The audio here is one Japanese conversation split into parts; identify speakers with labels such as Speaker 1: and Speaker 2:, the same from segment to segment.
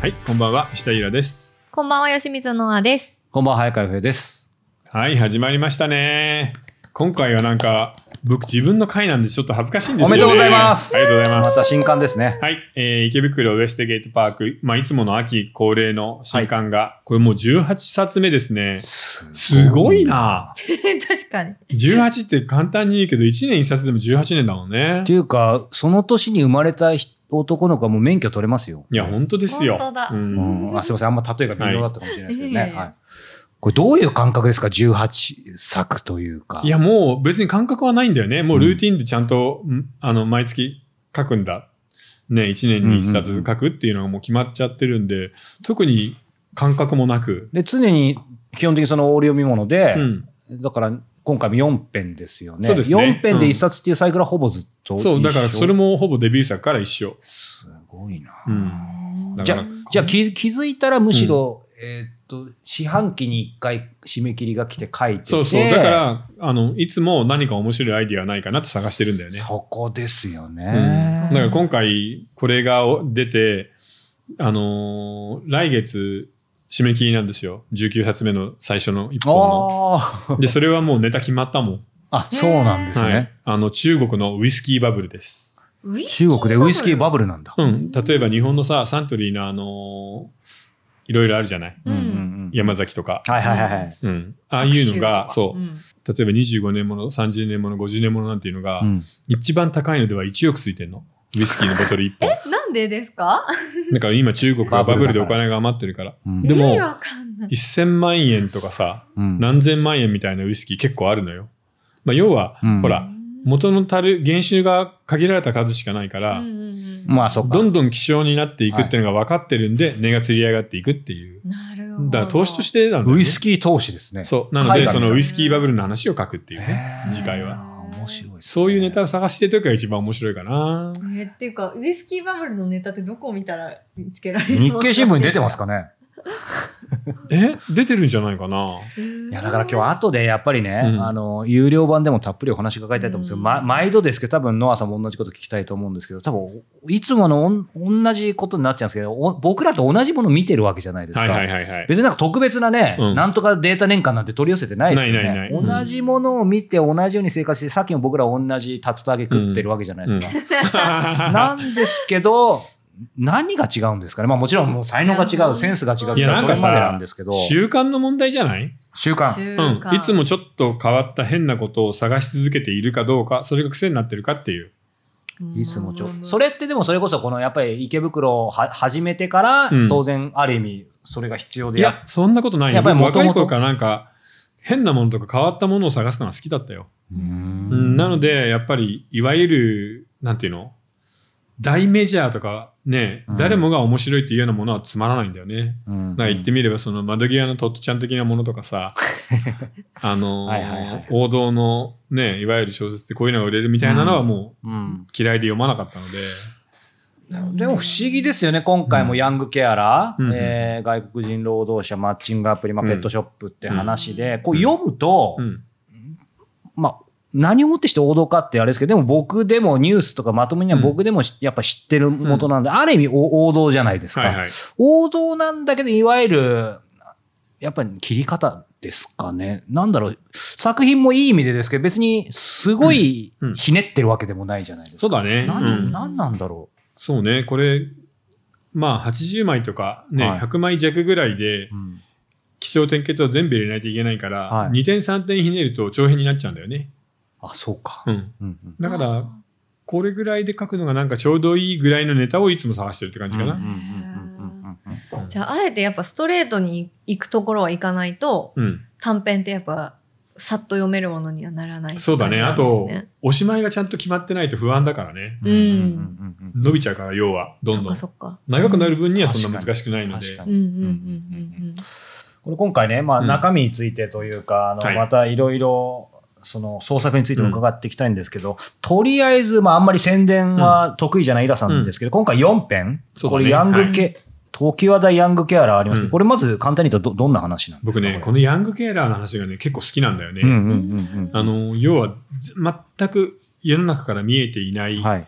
Speaker 1: はい、こんばんは、下平です。
Speaker 2: こんばんは、吉水のあです。
Speaker 3: こんばんは、早川洋平です。
Speaker 1: はい、始まりましたね。今回はなんか、僕自分の回なんでちょっと恥ずかしいんですよ、ね。
Speaker 3: おめでとうございます
Speaker 1: ありがとうございま。
Speaker 3: ますた新刊ですね。
Speaker 1: はい、えー、池袋ウエストゲートパーク、まあ、いつもの秋恒例の新刊が、これもう18冊目ですね。すごいな
Speaker 2: 確かに。
Speaker 1: 18って簡単に言うけど、1年1冊でも18年だもんね
Speaker 3: って。いうか、その年に生まれた人男の子はもう免許取れますよ。
Speaker 1: いや、本当ですよ。
Speaker 2: 本当だ
Speaker 1: う、
Speaker 3: うんん、あすいません、あんま例えが微妙だったかもしれないですけどね。
Speaker 2: は
Speaker 3: はいい、これどういう感覚ですか ?18 作というか。
Speaker 1: いや、もう別に感覚はないんだよね。もうルーティンでちゃんと、んあの、毎月書くんだ。ね、1年に1冊書くっていうのがもう決まっちゃってるんで、特に感覚もなく。
Speaker 3: で、常に基本的にそのオール読み物
Speaker 1: う
Speaker 3: で、
Speaker 1: ん。
Speaker 3: だから今回も4編ですよね。
Speaker 1: そうですね
Speaker 3: 4編で1冊っていうサイクルはほぼずっと一緒。
Speaker 1: そう、だからそれもほぼデビュー作から一緒。
Speaker 3: すごいな。
Speaker 1: うん。だ
Speaker 3: じ
Speaker 1: か
Speaker 3: ゃ
Speaker 1: ら
Speaker 3: あ、じゃあ気気づいたらむしろ、えーっと、四半期に一回締め切りが来て書いてて。
Speaker 1: そうそう。だから、あの、いつも何か面白いアイディアないかなって探してるんだよね。
Speaker 3: そこですよ
Speaker 1: うん
Speaker 3: ね。
Speaker 1: だから今回これが出て、あのー来月締め切りなんですよ。19冊目の最初の一本
Speaker 3: あ
Speaker 1: の。で、それはもうネタ決まったもん。
Speaker 3: あ、そうなんですね。
Speaker 1: はい。あの、中国のウイスキーバブルです。
Speaker 3: 中国でウイスキー
Speaker 2: バ
Speaker 3: バブルなんだ。
Speaker 1: うん。例えば日本のさ、サントリーのあのーいろいろあるじゃない
Speaker 2: うん
Speaker 3: ん
Speaker 1: 山崎とか。
Speaker 3: はいはいはいはい。
Speaker 1: うん。ああいうのが、そうう。
Speaker 2: ん
Speaker 1: 例えば25年もの、30年もの、50年ものなんていうのが、
Speaker 3: うん
Speaker 1: 一番高いのでは1億ついてんの。ウイスキーのボトル1本。
Speaker 2: え、なんでですか
Speaker 1: だから今中国はバ
Speaker 3: バ
Speaker 1: ブ
Speaker 3: ブ
Speaker 1: ル
Speaker 3: ルだから
Speaker 1: でお金が余ってるから。
Speaker 3: うん
Speaker 1: でも
Speaker 2: 意味わかんない。
Speaker 1: 1000万円とかさ、
Speaker 3: うん
Speaker 1: 何千万円みたいなウイスキー結構あるのよ。まあ要は、
Speaker 3: うん
Speaker 1: ほら、元のたる原酒が限られた数しかないから、
Speaker 2: うんうんうん
Speaker 3: まあそっか
Speaker 1: ど。んどん希少になっていくっていうのが分かってるんで、値がつり上がっていくっていう。
Speaker 2: なるほど。
Speaker 1: だから投資としてなんだよ
Speaker 3: ウ
Speaker 1: ね
Speaker 3: イスキー投資ですね。
Speaker 1: そう。なので、
Speaker 3: 海
Speaker 1: そ
Speaker 3: 外みたい
Speaker 1: のウイスキーバブルの話を書くっていうね
Speaker 3: へ、ー
Speaker 1: 次回は。
Speaker 2: は
Speaker 3: 面白いですね。
Speaker 1: そういうネタを探してる時が一番面白いかな。
Speaker 2: えっていうか、ウイスキーバブルのネタってどこを見たら見つけられる
Speaker 3: 日経新聞に出てます
Speaker 2: か
Speaker 3: かね
Speaker 1: え出てるんじゃないかな。
Speaker 3: い
Speaker 2: い
Speaker 3: やだから今日後でやっぱりね、
Speaker 1: うん
Speaker 3: あの有料版でもたっぷりお話伺いたいと思うんですけど、
Speaker 2: うん
Speaker 3: ま毎度ですけど多分ノアさんも同じこと聞きたいと思うんですけど多分いつものおん同じことになっちゃうんですけどお僕らと同じもの見てるわけじゃないですか、
Speaker 1: はいはいはいはい。
Speaker 3: 別になんか特別なね、
Speaker 1: うん
Speaker 3: なんとかデータ年間なんて取り寄せてないですよ
Speaker 1: な
Speaker 3: ね
Speaker 1: いないないうん
Speaker 3: 同じものを見て同じように生活してさっきも僕ら同じ竜田揚げ食ってるわけじゃないですか、 なんですけど何が違うんですかねまあもちろんもう才能が違うセンスが違う
Speaker 1: いやなん
Speaker 3: そ
Speaker 1: か
Speaker 3: れ
Speaker 1: さ
Speaker 3: までなんですけど
Speaker 1: 習慣の問題じゃない
Speaker 3: 習慣
Speaker 1: うん。いつもちょっと変わった変なことを探し続けているかどうか、それが癖になってるかっていう。
Speaker 3: いつもちょ
Speaker 2: うん
Speaker 3: それってでもそれこそこのやっぱり池袋をは始めてから
Speaker 1: うん
Speaker 3: 当然ある意味それが必要で
Speaker 1: い
Speaker 3: や
Speaker 1: や、そんなことないよ。
Speaker 3: やっぱり
Speaker 1: 僕若い
Speaker 3: 元々
Speaker 1: 頃からなんか、変なものとか変わったものを探すのが好きだったよ。
Speaker 3: う
Speaker 1: うんん、なので、やっぱり、いわゆる、なんていうの大メジャーとか、ね、
Speaker 3: うん
Speaker 1: 誰もが面白いっていうようなものはつまらないんだよね。
Speaker 3: うん
Speaker 1: だから言ってみれば、その窓際のトットちゃん的なものとか さ、あのー
Speaker 3: はいはいはい
Speaker 1: 王道のね、いわゆる小説ってこういうのが売れるみたいなのはもう
Speaker 3: うん
Speaker 1: 嫌いで読まなかったので、
Speaker 3: でも不思議ですよね今回もヤングケアラー、
Speaker 1: うん
Speaker 3: えー外国人労働者マッチングアプリ、まあ、
Speaker 1: うん
Speaker 3: ペットショップって話で、
Speaker 2: う
Speaker 3: こう読むと、
Speaker 1: うん。
Speaker 3: まあ何をもってして王道かってあれですけどでも僕でもニュースとかまともには僕でもしやっぱ知ってる元なんで、ある意味お王道じゃないですか、
Speaker 1: はいはい。
Speaker 3: 王道なんだけど、いわゆる、やっぱり切り方ですかね。なんだろう、作品もいい意味でですけど、別にすごい
Speaker 1: うんうん
Speaker 3: ひねってるわけでもないじゃないです
Speaker 1: そ
Speaker 3: か。
Speaker 1: うだね。う
Speaker 2: 何
Speaker 1: ん
Speaker 3: 何、何なんだろ
Speaker 1: そうね、これ、まあ80枚とかね、
Speaker 3: はい
Speaker 1: 100枚弱ぐらいで
Speaker 3: う。、うん
Speaker 1: 気象点結を全部入れないといけないから、
Speaker 3: はい
Speaker 1: 2点3点ひねると長編になっちゃうんだよね。
Speaker 3: あ、そうか。
Speaker 1: うん。
Speaker 3: うんうん
Speaker 1: だから、これぐらいで書くのがなんかちょうどいいぐらいのネタをいつも探してるって感じか
Speaker 3: うん
Speaker 1: な。
Speaker 3: うんうんうんうん
Speaker 1: うん
Speaker 2: じゃあ、あえてやっぱストレートに行くところは行かないと、
Speaker 1: うん。
Speaker 2: 短編ってやっぱ、さっと読めるものにはならない、
Speaker 1: そうだね。あと
Speaker 2: うん、
Speaker 1: おしまいがちゃんと決まってないと不安だからね。
Speaker 2: うん
Speaker 3: うんうん
Speaker 1: 伸びちゃうから、要は、ど
Speaker 2: そ
Speaker 1: ん
Speaker 2: っ
Speaker 1: どん
Speaker 2: か。そっか。
Speaker 1: 長くなる分にはそんな難しくないの
Speaker 3: 確
Speaker 1: で
Speaker 3: か。
Speaker 2: う
Speaker 3: に
Speaker 2: んうんうん
Speaker 3: これ今回ね、まあ、
Speaker 1: うん
Speaker 3: 中身についてというか、あ
Speaker 1: は
Speaker 3: の
Speaker 1: い
Speaker 3: またいろいろその創作についても伺っていきたいんですけど、とりあえず、まあ、あんまり宣伝は得意じゃないイラさんですけど、今回4編、
Speaker 1: そうだ
Speaker 3: こ
Speaker 1: ね
Speaker 3: れヤングケ、時和田ヤングケアラーありますけど、
Speaker 1: うん
Speaker 3: これまず簡単に言うとどどんな話なんです
Speaker 1: 僕
Speaker 3: か
Speaker 1: ね、このヤングケアラーの話がね、結構好きなんだよね。
Speaker 3: うんうんうん
Speaker 1: あの、要は、ぜ全く世の中から見えていな
Speaker 3: う
Speaker 1: い
Speaker 3: ん。はい。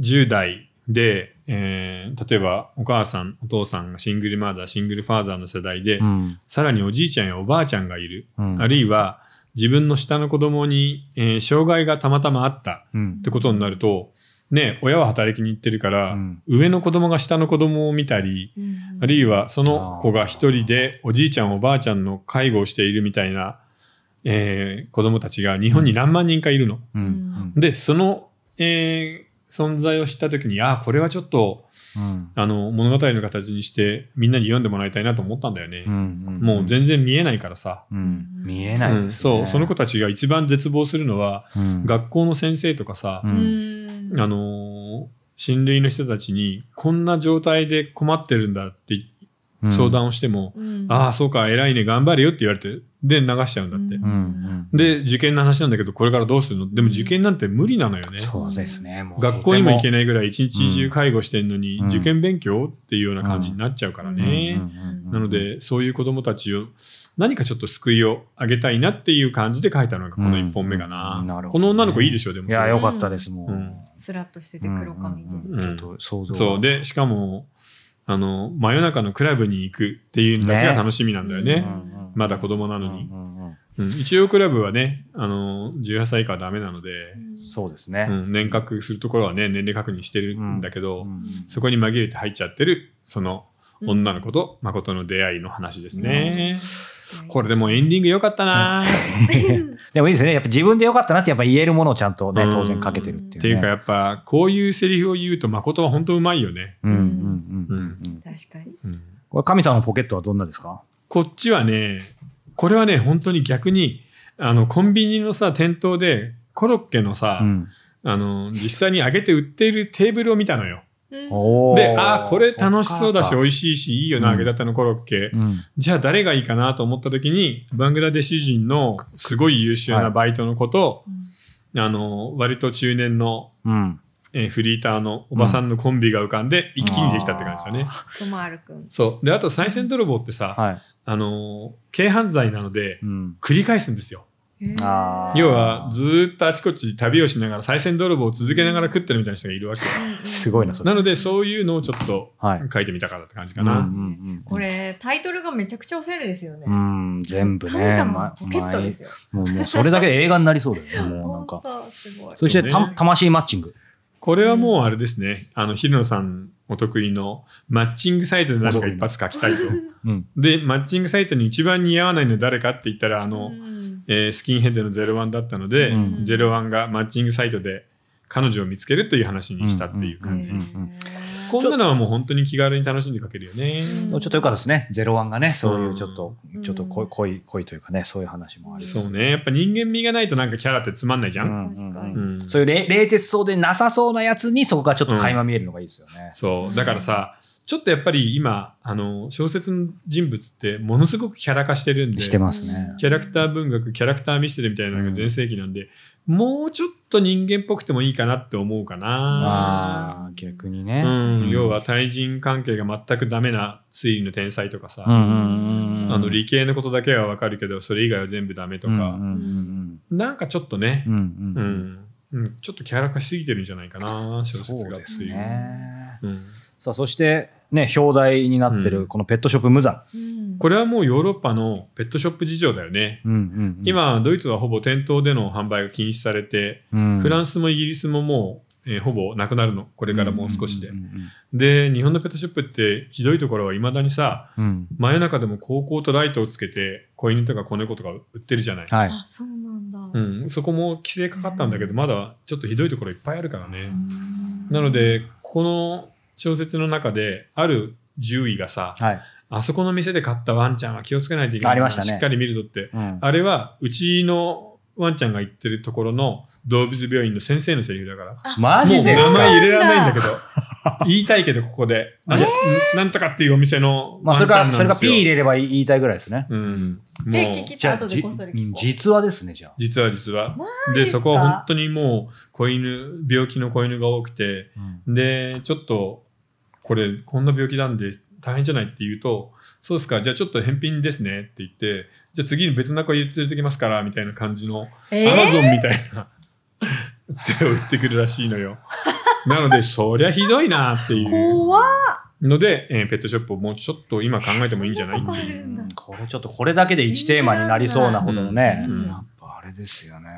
Speaker 1: 10代、で、えー例えばお母さん、お父さんがシングルマザー、シングルファーザーの世代で、
Speaker 3: うん
Speaker 1: さらにおじいちゃんやおばあちゃんがいる、
Speaker 3: うん
Speaker 1: あるいは自分の下の子供に、えー障害がたまたまあった
Speaker 3: うん
Speaker 1: ってことになると、ね、親は働きに行ってるから、
Speaker 3: うん
Speaker 1: 上の子供が下の子供を見たり、あるいはその子が一人でおじいちゃんおばあちゃんの介護をしているみたいな、えー子供たちが日本に何万人かいるの。
Speaker 3: うんうん
Speaker 1: で、その、えー存在を知った時に、ああ、これはちょっと、
Speaker 3: うん
Speaker 1: あの、物語の形にしてみんなに読んでもらいたいなと思ったんだよね。
Speaker 3: うん
Speaker 1: もう全然見えないからさ。
Speaker 3: うん見えない
Speaker 1: うん
Speaker 3: ですね
Speaker 1: そう、その子たちが一番絶望するのは、
Speaker 3: うん
Speaker 1: 学校の先生とかさ
Speaker 3: う、
Speaker 2: うんん
Speaker 1: あのー親類の人たちに、こんな状態で困ってるんだって
Speaker 3: うん
Speaker 1: 相談をしても、
Speaker 2: うん
Speaker 1: ああ、そうか、偉いね、頑張れよって言われて、で、流しちゃうんだって。
Speaker 2: うん
Speaker 3: うんうん
Speaker 1: で、受験の話なんだけど、これからどうするのでも受験なんて無理なのよね。
Speaker 3: そうですねもう
Speaker 1: 学校にも行け
Speaker 3: な
Speaker 1: ないぐらい一日中介護してんのに、
Speaker 3: うん
Speaker 1: 受験勉強っていうような感じになっちゃうからね。なので、そういう子供たちを何かちょっと救いをあげたいなっていう感じで書いたのがこの一本目かな。
Speaker 3: うんなるほ
Speaker 1: こ
Speaker 3: ど
Speaker 1: の女の子いいでしょ、でも
Speaker 3: い
Speaker 1: そ
Speaker 3: や
Speaker 1: れ。
Speaker 3: よかったですもう
Speaker 1: うん
Speaker 2: スラッとしてて黒髪で。
Speaker 3: うんうんうんちょっと想像
Speaker 1: そう。で、しかも、あの、真夜中のクラブに行くっていうのだけが楽しみなんだよね。
Speaker 3: ね
Speaker 1: まだ子供なのに。
Speaker 3: うんうんうん
Speaker 1: うん、一応クラブはね、あの18歳以下はダメなので、
Speaker 3: そうです
Speaker 1: う
Speaker 3: ね
Speaker 1: ん、年確するところはね、年齢確認してるんだけど、
Speaker 3: うん
Speaker 1: そこに紛れて入っちゃってる、その
Speaker 2: うん
Speaker 1: 女の子と誠の出会いの話です
Speaker 2: うん
Speaker 1: ね。これでもエンディング良かったな、
Speaker 3: でもいいですねやっぱ自分でよかったなってやっぱ言えるものをちゃんとね
Speaker 1: うん
Speaker 3: 当然かけてるっていうね
Speaker 1: っていうかやっぱ、こういうセリフを言うと誠は本当うまいよね。
Speaker 3: うんうんうんうんうん
Speaker 2: 確か に。
Speaker 1: うん
Speaker 3: これ神さんのポケットはどんなですか
Speaker 1: こっちはね、これはね、本当に逆に、あの、コンビニのさ、店頭で、コロッケのさ、
Speaker 3: うん
Speaker 1: あの、実際に揚げて売っているテーブルを見たのよ。
Speaker 3: おー
Speaker 1: で、ああ、これ楽しそうだし、美味しいし、いいよな、
Speaker 3: うん
Speaker 1: 揚げたてのコロッケ。
Speaker 3: うん
Speaker 1: じゃあ、誰がいいかなと思った時に、バングラデシュ人のすごい優秀なバイトの子と、あの、割と中年の、
Speaker 3: うん
Speaker 1: えーフリーターのおばさんのコンビが浮かんで、一気にできたって感じだね。
Speaker 2: トマール君。
Speaker 1: そう。で、あと、再選泥棒ってさ、
Speaker 3: はい
Speaker 1: あのー、軽犯罪なので、
Speaker 3: うん
Speaker 1: 繰り返すんですよ。
Speaker 3: あー
Speaker 1: 要は、ずーっとあちこち旅をしながら、再選泥棒を続けながら食ってるみたいな人がいるわけ。
Speaker 3: すごいなそれ
Speaker 1: なので、そういうのをちょっと
Speaker 3: はい
Speaker 1: 書いてみたかったって感じか
Speaker 3: う
Speaker 1: な。
Speaker 3: んうんうん
Speaker 2: これタイトルがめちゃくちゃおしゃれですよね。
Speaker 3: うん全部ね
Speaker 2: 神様
Speaker 3: ま
Speaker 2: のポケットですよ。
Speaker 3: もうもうそれだけで映画になりそうだよねもうなん
Speaker 2: 本
Speaker 3: か
Speaker 2: 当すごい。
Speaker 3: そして
Speaker 1: そう
Speaker 3: た
Speaker 1: ね
Speaker 3: 魂マッチング
Speaker 1: これはもうあれですね。あの、昼野さんお得意のマッチングサイトで何か一発書きたいと。
Speaker 3: うん
Speaker 1: で、マッチングサイトに一番似合わないの誰かって言ったら、あ
Speaker 2: あ
Speaker 1: の、えースキンヘッドの01だったので、
Speaker 3: うん
Speaker 1: 01がマッチングサイトで彼女を見つけるという話にしたっていう感じ。
Speaker 3: うんうん
Speaker 1: こんなのはもう本当に気軽に楽しんで書けるよね。
Speaker 3: ちょっとよかったですねゼロワンがねそういうちょっと
Speaker 2: うん
Speaker 3: ちょっと濃い濃い濃いというかねそういう話もあり
Speaker 1: そうね。やっぱ人間味がないとなんかキャラってつまんないじゃん。
Speaker 3: うん
Speaker 2: 確か
Speaker 1: う
Speaker 2: に
Speaker 1: ん
Speaker 3: そういうれ冷徹そうでなさそうなやつにそこがちょっと垣間見えるのがいいですよね。
Speaker 1: そう。だからさ、ちょっとやっぱり今、あの、小説の人物ってものすごくキャラ化してるんで。
Speaker 3: してますね。
Speaker 1: キャラクター文学、キャラクターミステリーみたいなのが全盛期なんで、もうちょっと人間っぽくてもいいかなって思うかな。
Speaker 3: ああ逆にね。
Speaker 1: うん、要
Speaker 3: は
Speaker 1: は対人関係が全くダメな推理の天才とかさ、
Speaker 3: うんうんうんうん、
Speaker 1: あの理系のことだけはわかるけど、それ以外は全部ダメと
Speaker 3: うん
Speaker 1: か、
Speaker 3: うん
Speaker 1: なんかちょっとね
Speaker 3: うん
Speaker 1: う、
Speaker 3: う、んうんん
Speaker 1: う
Speaker 3: うん
Speaker 1: んちょっとキャラ化しすぎてるんじゃないかな、小説
Speaker 3: そう
Speaker 1: がっ
Speaker 3: です
Speaker 1: ていう。
Speaker 3: ね。
Speaker 1: うん
Speaker 3: さあそしてね表題になって
Speaker 1: うん
Speaker 3: るこのペットショップ無惨。
Speaker 1: これはもうヨーロッパのペットショップ事情だよね。
Speaker 3: うんうんうん、
Speaker 1: 今、ドイツはほぼ店頭での販売が禁止されて、
Speaker 3: うん
Speaker 1: フランスもイギリスももう、えーほぼなくなるの。これからもう少しで
Speaker 3: う。ん
Speaker 1: で、日本のペットショップってひどいところはいまだにさ、
Speaker 3: うんうん
Speaker 1: 真夜中でも高校とライトをつけて、子犬とか子猫とか売ってるじゃない。
Speaker 3: はい。
Speaker 2: あ、そうなんだ。
Speaker 1: うん、そこも規制かかったんだけど、まだちょっとひどいところいっぱいあるからね。
Speaker 2: うん
Speaker 1: なの、で、この小説の中で、ある獣医がさ、
Speaker 3: はい。
Speaker 1: あそこの店で飼ったワンちゃんは気をつけないといけないから。
Speaker 3: ありましたね
Speaker 1: しっかり見るぞって。
Speaker 3: うん
Speaker 1: あれは、うちのワンちゃんが行ってるところの動物病院の先生のセリフだから。
Speaker 3: マ
Speaker 1: も
Speaker 3: ジ
Speaker 1: う
Speaker 3: で
Speaker 1: 名
Speaker 3: すか
Speaker 1: 前入れられないんだけど。言いたいけど、ここで。なんかなんとかっていうお店の
Speaker 3: まあ
Speaker 1: ワン
Speaker 3: そ
Speaker 1: ち
Speaker 3: れ
Speaker 1: ゃんなん
Speaker 3: か、それ
Speaker 1: で
Speaker 3: か
Speaker 1: す
Speaker 3: P 入
Speaker 1: よ。
Speaker 3: れれば言いたいぐらいですね。
Speaker 1: うん。も
Speaker 2: で、
Speaker 1: う
Speaker 2: 聞きた後でこっそり聞こう。
Speaker 3: じ実話ですね、じゃあ。
Speaker 1: 実は実は
Speaker 2: マ。
Speaker 1: で、
Speaker 2: ジっすか
Speaker 1: そこは本当にもう、子犬、病気の子犬が多くて、で、ちょっと、これ、こんな病気なんで大変じゃないって言うと、そうですか、じゃあちょっと返品ですねって言って、じゃあ次に別の子連れてきますから、みたいな感じの、
Speaker 2: え
Speaker 1: アマ
Speaker 2: ー
Speaker 1: ゾンみたいな、手を売ってくるらしいのよ。なので、そりゃひどいなっていう
Speaker 2: 怖っ
Speaker 1: ので、えーペットショップをもうちょっと今考えてもいいんじゃないって
Speaker 2: あ
Speaker 1: いう。
Speaker 2: るんだ
Speaker 3: これちょっとこれだけで1テーマになりそうなほどのね
Speaker 2: う。ん
Speaker 3: やっぱあれですよね。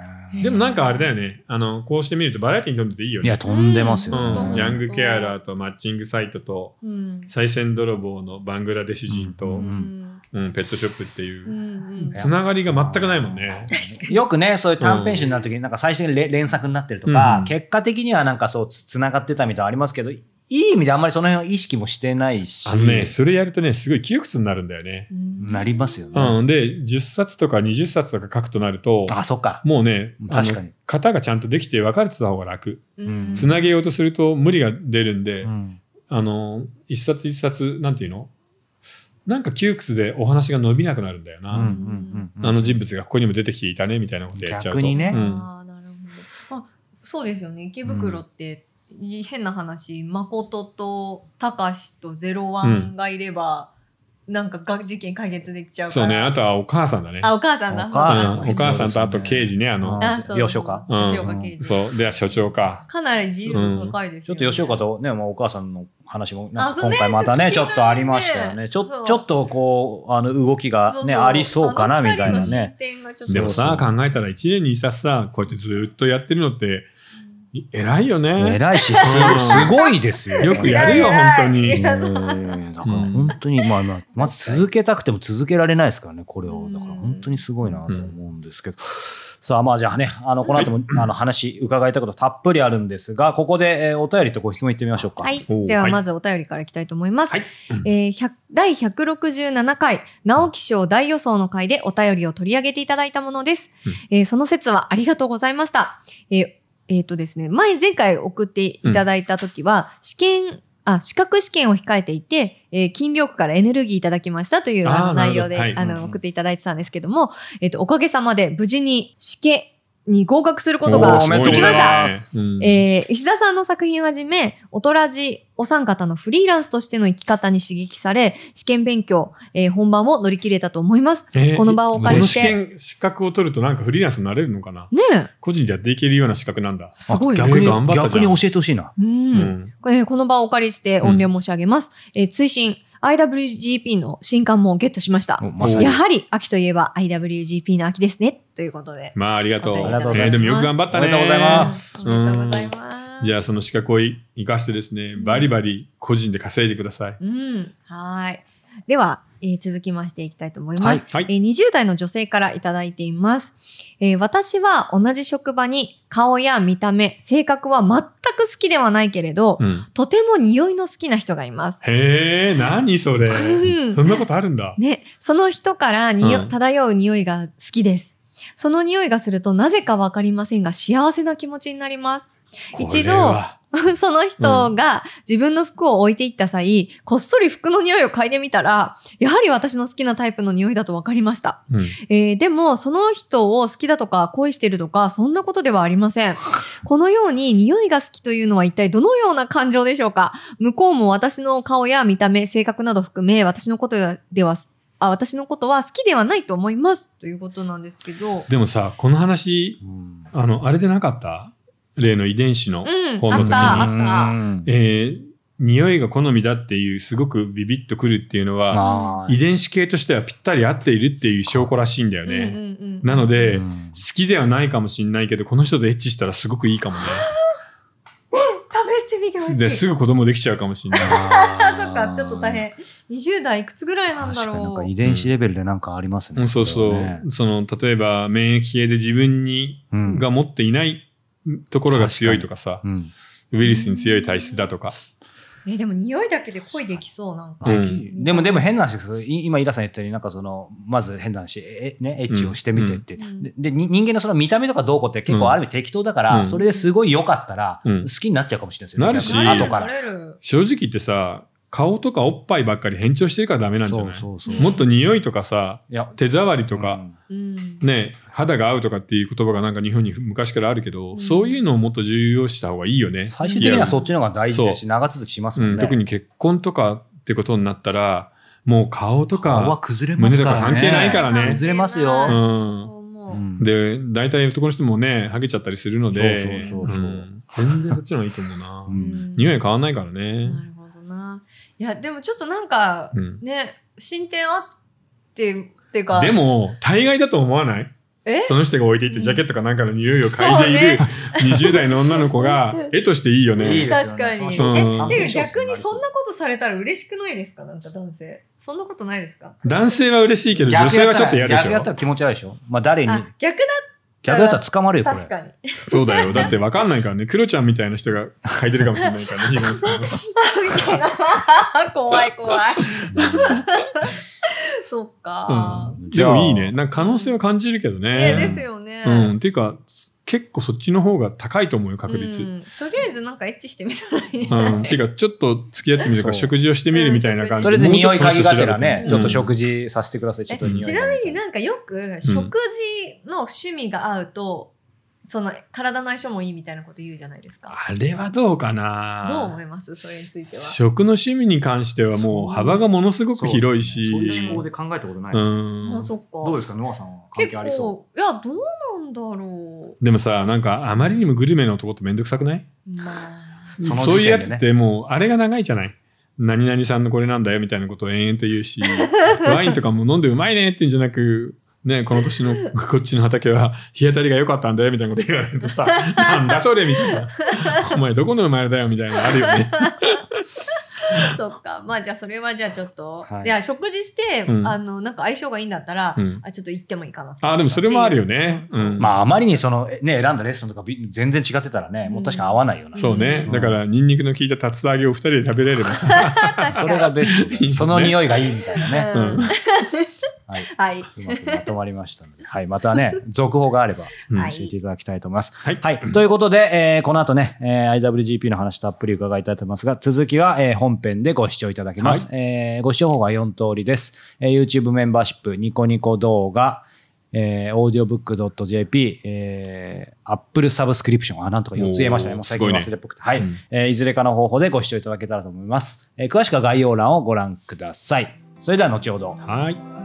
Speaker 1: でもなんかあれだよね。あの、こうしてみるとバラエティに富んでていいよ
Speaker 3: い
Speaker 1: ね。
Speaker 3: や、飛んでますよ
Speaker 1: う
Speaker 3: ね。
Speaker 1: ん、ヤングケアラーとマッチングサイトと、
Speaker 2: うん
Speaker 1: 再選泥棒のバングラデシュ人と、
Speaker 3: う
Speaker 1: うん
Speaker 2: うんん
Speaker 1: ペットショップっていうう、
Speaker 2: ん
Speaker 1: つながりが全くないもんね。
Speaker 3: よくね、そういう短編集になるときに、なんか最終的に連連作になってると
Speaker 1: う
Speaker 3: か
Speaker 1: ん、
Speaker 3: 結果的にはなんかそうつつながってたみたいなのありますけど、いい意味であんまりその辺を意識もしてないし、
Speaker 1: あのね、それやるとね、すごい窮屈になるんだよね。
Speaker 2: うん
Speaker 3: なりますよね。
Speaker 1: うん、で、10冊とか20冊とか書くとなると、
Speaker 3: あ、そっか。
Speaker 1: もうね、あの
Speaker 3: 確かに。
Speaker 1: 型がちゃんとできて分かれてた方が楽。
Speaker 2: うん
Speaker 1: つなげようとすると無理が出るんで、
Speaker 3: うん
Speaker 1: あの、一冊一冊、なんていうのなんか窮屈でお話が伸びなくなるんだよ
Speaker 3: うん
Speaker 1: な。
Speaker 3: うんうん
Speaker 1: あの人物がここにも出てきていたね、みたいなことやっちゃうと。
Speaker 3: 逆にね
Speaker 1: うん
Speaker 2: あーなるほどあそうですよね池袋って、い変な話誠と高志とゼロワンがいれば、なんかが事件解決できちゃうか
Speaker 1: そ
Speaker 2: ら
Speaker 1: うね、あとはお母さんだね。
Speaker 2: あお母さんだ
Speaker 3: お母さん
Speaker 1: う
Speaker 3: が
Speaker 1: んお母さんとあと刑事ね、あの、
Speaker 2: あそう
Speaker 3: 病床か。
Speaker 1: うん
Speaker 2: 吉岡刑事
Speaker 1: そう、では所長か。
Speaker 2: かなり自由度高いです
Speaker 3: ちょ
Speaker 2: よ、
Speaker 3: っ
Speaker 2: ね
Speaker 3: と吉岡とね、まあ、お母さんの話もなん
Speaker 2: あ
Speaker 3: か
Speaker 2: そう
Speaker 3: 今
Speaker 2: ね
Speaker 3: 回またね、ち
Speaker 2: ち
Speaker 3: ょ
Speaker 2: ょ
Speaker 3: っ
Speaker 2: っと聞いたね
Speaker 3: とありましたよね。ちょ
Speaker 2: そう
Speaker 3: ちょっとこう、あの動きがね、ありそうかなみたいなね。
Speaker 1: でもさ、
Speaker 3: そう
Speaker 1: 考えたら1年に1冊さ、こうやってずっとやってるのって、い偉いよね。
Speaker 3: 偉いし、す
Speaker 1: うん
Speaker 3: すごいですよ。
Speaker 1: よくやるよ、
Speaker 2: 偉
Speaker 1: 本当
Speaker 2: い
Speaker 3: うん
Speaker 1: に。
Speaker 3: だから本当に、まあまあ、まず続けたくても続けられないですからね、これを。だから本当にすごいなと思うんですけど。さあまあじゃあね、あのこの後もあの話伺いたいことたっぷりあるんですが、ここでえーお便りとご質問いってみましょうか。
Speaker 2: はい
Speaker 1: お。ー
Speaker 2: で
Speaker 1: は
Speaker 2: はいまずお便りからいきたいと思います。
Speaker 1: はい
Speaker 2: えー100第167回、直木賞大予想の回でお便りを取り上げていただいたものです。
Speaker 1: うん
Speaker 2: えーその説はありがとうございました。えーえーとですね、前、前回送っていただいた時は、試験、あ、資格試験を控えていて、えー筋力からエネルギーいただきましたというあ
Speaker 1: あー
Speaker 2: の
Speaker 1: なるほ
Speaker 2: 内
Speaker 1: ど
Speaker 2: 容で、
Speaker 1: はい
Speaker 2: あ
Speaker 3: うん
Speaker 2: の、
Speaker 3: うん
Speaker 2: 送っていただいてたんですけども、えっ、と、おかげさまで無事に試験に合格することが
Speaker 3: おーおめでとうございます
Speaker 1: できました
Speaker 2: えー石田さんの作品をはじめ、おとらじお三方のフリーランスとしての生き方に刺激され、試験勉強、えー本番を乗り切れたと思います。
Speaker 1: えー
Speaker 2: この場をお借りして
Speaker 1: この試験、資格を取るとなんかフリーランスになれるのかな
Speaker 2: ねえ、
Speaker 1: 個人でやっていけるような資格なんだ。
Speaker 2: すごい
Speaker 3: あ
Speaker 2: ね。
Speaker 3: 逆に、
Speaker 1: えー頑張ったじ
Speaker 3: 逆
Speaker 1: ゃん
Speaker 3: に教えてほしいな。
Speaker 1: う
Speaker 2: う。
Speaker 1: んん。
Speaker 2: えーこの場をお借りして御礼申し上げます。えー追伸 IWGP の新刊もゲットしました
Speaker 3: お。まさ
Speaker 1: お
Speaker 3: に
Speaker 2: や。はり秋といえば IWGP の秋ですね。ということで。
Speaker 1: まあ、ありがとう。
Speaker 2: あり
Speaker 3: がとうござい
Speaker 1: え
Speaker 3: ます
Speaker 1: ーでもよく頑張ったね。
Speaker 3: おめでとうございます
Speaker 2: おめでとうございます。
Speaker 1: じゃあ、その資格を生かしてですね、バリバリ個人で稼いでください。
Speaker 2: うん。はーい。では、えー続きましていきたいと思います。
Speaker 3: はい
Speaker 1: はい
Speaker 2: えー20代の女性からいただいています。えー私は同じ職場に顔や見た目、性格は全く好きではないけれど、
Speaker 1: うん
Speaker 2: とても匂いの好きな人がいます。
Speaker 1: へえ、何それ。
Speaker 2: うん
Speaker 1: そんなことあるんだ。
Speaker 2: ね、その人からにお
Speaker 1: うん
Speaker 2: 漂う匂いが好きです。その匂いがするとなぜかわかりませんが幸せな気持ちになります。一
Speaker 1: これ
Speaker 2: 度、
Speaker 1: は
Speaker 2: その人が自分の服を置いていった際、こっそり服の匂いを嗅いでみたら、やはり私の好きなタイプの匂いだと分かりました。
Speaker 1: うん
Speaker 2: えーでも、その人を好きだとか恋してるとか、そんなことではありません。このように匂いが好きというのは一体どのような感情でしょうか向こうも私の顔や見た目、性格など含め、私のことでは、あ私のことは好きではないと思います。ということなんですけど。
Speaker 1: でもさ、この話、
Speaker 3: うん
Speaker 1: あの、あれでなかった例の遺伝子の。
Speaker 2: うん、
Speaker 1: 本
Speaker 2: あ
Speaker 1: の
Speaker 2: っ
Speaker 1: 時に
Speaker 2: た、あった。
Speaker 3: うん
Speaker 1: えー匂いが好みだっていう、すごくビビッとくるっていうのは、
Speaker 3: あー
Speaker 1: 遺伝子系としてはぴったり合っているっていう証拠らしいんだよね。
Speaker 2: うんうんうん
Speaker 1: なので、
Speaker 3: う
Speaker 1: 好
Speaker 3: ん
Speaker 1: きではないかもしんないけど、この人とエッチしたらすごくいいか もね。
Speaker 2: 試してみてほしい。
Speaker 1: ですぐ子供できちゃうかもしんない。
Speaker 3: あ
Speaker 2: あ、そっか、ちょっと大変。20代いくつぐらいなんだ
Speaker 3: 確かになん
Speaker 2: ろ
Speaker 3: か
Speaker 2: う
Speaker 3: 遺。伝子レベルでなんかありますね。
Speaker 1: うん、そうそう。
Speaker 3: これはね
Speaker 1: その、例えば、免疫系で自分に、
Speaker 3: うん
Speaker 1: が持っていないところが強いとかさ、
Speaker 3: うん
Speaker 1: ウイルスに強い体質だとか。
Speaker 2: え、でも匂いだけで恋できそう、なんか。
Speaker 1: うん
Speaker 2: ん
Speaker 3: でもでも変な話ですけどい今井田さん言ったようになんかそのまず変な話え、ね、エッチをしてみてって、
Speaker 2: うん
Speaker 3: ででに人間のその見た目とかどうこうって結
Speaker 1: う
Speaker 3: 構
Speaker 1: ん
Speaker 3: ある意味適当だから、
Speaker 1: うん
Speaker 3: それですごい良かったら、
Speaker 1: うん
Speaker 3: 好きになっちゃうかもしれないですよね
Speaker 1: なるし
Speaker 3: 逆に後から
Speaker 2: 取。れる
Speaker 1: 正直言ってさ、顔とかおっぱいばっかり変調してるからダメなんじゃ
Speaker 3: そ
Speaker 1: な
Speaker 3: う
Speaker 1: い
Speaker 3: そうそう。
Speaker 1: もっと匂いとかさ、
Speaker 3: いや
Speaker 1: 手触りとか、
Speaker 2: うん。
Speaker 1: ね、肌が合うとかっていう言葉がなんか日本に昔からあるけど、
Speaker 2: うん
Speaker 1: そういうのをもっと重要視した方がいいよね。
Speaker 3: 最終的にはそっ
Speaker 1: 付
Speaker 3: ちの方が大事ですし長続きします
Speaker 1: き合う、
Speaker 3: も
Speaker 1: うんん、
Speaker 3: ね。
Speaker 1: 特に結婚とかってことになったら、もう顔と
Speaker 3: 顔は
Speaker 1: か、
Speaker 3: 崩れますからね。
Speaker 1: 胸とか関係ないからね
Speaker 3: 崩れますよ。
Speaker 1: う
Speaker 2: 関
Speaker 1: ん
Speaker 2: 係ないそう思
Speaker 3: う
Speaker 2: う。
Speaker 3: んうん
Speaker 1: で、大体男の人もね、ハゲちゃったりするので、
Speaker 3: そうそうそうそうん
Speaker 1: 全然そっちの方がいいと思うな
Speaker 3: う。
Speaker 2: うん
Speaker 3: ん
Speaker 1: 匂い変わんないからね。
Speaker 2: なるほどな。いや、でもちょっとなんか、
Speaker 1: うん、
Speaker 2: ね、進展あって、ってか。
Speaker 1: で、も、大概だと思わない
Speaker 2: え
Speaker 1: その人が置いていってジャケットかなんかの匂いを嗅いでいる
Speaker 2: そ
Speaker 1: 20代の女の子が絵としていいよ
Speaker 3: いい
Speaker 1: ね。
Speaker 3: ですよ
Speaker 2: 確
Speaker 3: ね
Speaker 2: かに
Speaker 3: そうそう
Speaker 1: え
Speaker 3: 完
Speaker 2: で
Speaker 3: 璧商品
Speaker 2: 逆にそんなことされたら嬉しくないですかなんか男性。そんなことないですか
Speaker 1: 男性は嬉しいけど、女
Speaker 3: 逆
Speaker 1: 性
Speaker 3: や
Speaker 1: は
Speaker 3: た
Speaker 1: ちょっ
Speaker 3: ら
Speaker 1: と嫌でし
Speaker 3: 逆や
Speaker 1: ょ
Speaker 3: った。ら気持ち悪いでしょまあ誰に
Speaker 2: あ、逆
Speaker 3: 逆やったら捕まるよこ
Speaker 2: だ、
Speaker 3: れ
Speaker 2: 確かに。
Speaker 1: そうだよ。だってわかんないからね。クロちゃんみたいな人が書いてるかもしれないからね。東さん
Speaker 2: みたいな。怖い怖い。そっか。
Speaker 1: うんでもいいね。なんか可能性を感じるけど
Speaker 2: え、
Speaker 1: ね。
Speaker 2: ですよね。
Speaker 1: うん。っていうか、結構そっちの方が高いと思うよ、確率。
Speaker 2: うんとりあえずなんかエッチしてみたらいいんじゃない
Speaker 1: うん、ていうか、ちょっと付き合ってみるか、
Speaker 3: そう
Speaker 1: 食事をしてみるみたいな感じ
Speaker 3: とりあえず匂い嗅ぎがてらね
Speaker 2: う、ん
Speaker 3: ちょっと食事させてください。ちょっと匂い
Speaker 2: え
Speaker 3: が
Speaker 2: ちなみになんかよく食事の趣味が合うと、その体の相性もいいみたいなこと言うじゃないですか。
Speaker 1: あれはどうか
Speaker 2: どう思
Speaker 1: ない
Speaker 2: ますそれについては。
Speaker 1: 食の趣味に関してはもう幅がものすごく広いし。
Speaker 3: そういう思考で考えたことない。
Speaker 1: うん
Speaker 2: あ、そっか。
Speaker 3: どうですか、ノアさんは関
Speaker 2: 結
Speaker 3: 係ありそ
Speaker 2: 構、いや、どうなんだろ
Speaker 1: でもさ、なんかあまりにもグルメの男ってめんどくさくない、
Speaker 2: う。まあ。
Speaker 3: その 時
Speaker 1: そう
Speaker 3: 点でね
Speaker 1: いうやつってもう、あれが長いじゃない何々さんのこれなんだよみたいなことを延々と言う し、ワインとかも飲んでうまいねって言うんじゃなく、ね、この年の こっちの畑は日当たりが良かったんだよみたいなこと言われると さ、なんだそれみたいな。お前どこの生まれだよみたいなのあるよ ね。
Speaker 2: そっか。まあじゃあそれはじゃあちょっと、
Speaker 3: はい
Speaker 2: い、や、食事して、
Speaker 1: うん
Speaker 2: あの、なんか相性がいいんだったら、
Speaker 1: うん
Speaker 2: あ、ちょっと行ってもいいかな。
Speaker 1: あ、でもそれもあるよね。う
Speaker 3: う。
Speaker 1: ん。
Speaker 3: まあ、あまりにその、えね、選んだレストランとかび全然違ってたらね、もう確かに合わないよな。
Speaker 1: そうね
Speaker 3: う。ん
Speaker 1: だから、ニンニクの効いた竜田揚げを二人で食べれればさ。
Speaker 3: それがベスト。その匂いがいいみたいなね。
Speaker 2: う
Speaker 1: うん
Speaker 2: ん。
Speaker 3: はい。
Speaker 2: はい。
Speaker 3: うまくまとまりましたので、はい。ま たね、続報があれば
Speaker 1: うん
Speaker 2: はい
Speaker 3: 教えていただきたいと思います。
Speaker 1: はい。
Speaker 3: はい。ということで、えーこの後ね、えー IWGP の話たっぷり伺いたいと思いますが、続きは、えー本編でご視聴いただきます。えーご視聴方法は4通りです。えー YouTube メンバーシップ、ニコニコ動画、えー、audiobook.jp、えー、Apple サブスクリプション。あ、なんとか4つ言えました
Speaker 1: お
Speaker 3: ね。
Speaker 1: ー
Speaker 3: もう最近
Speaker 1: すごいね
Speaker 3: 忘れっぽくて。はい、
Speaker 1: うん
Speaker 3: えーいずれかの方法でご視聴いただけたらと思います。えー詳しくは概要欄をご覧ください。それでは後ほど。
Speaker 1: はい。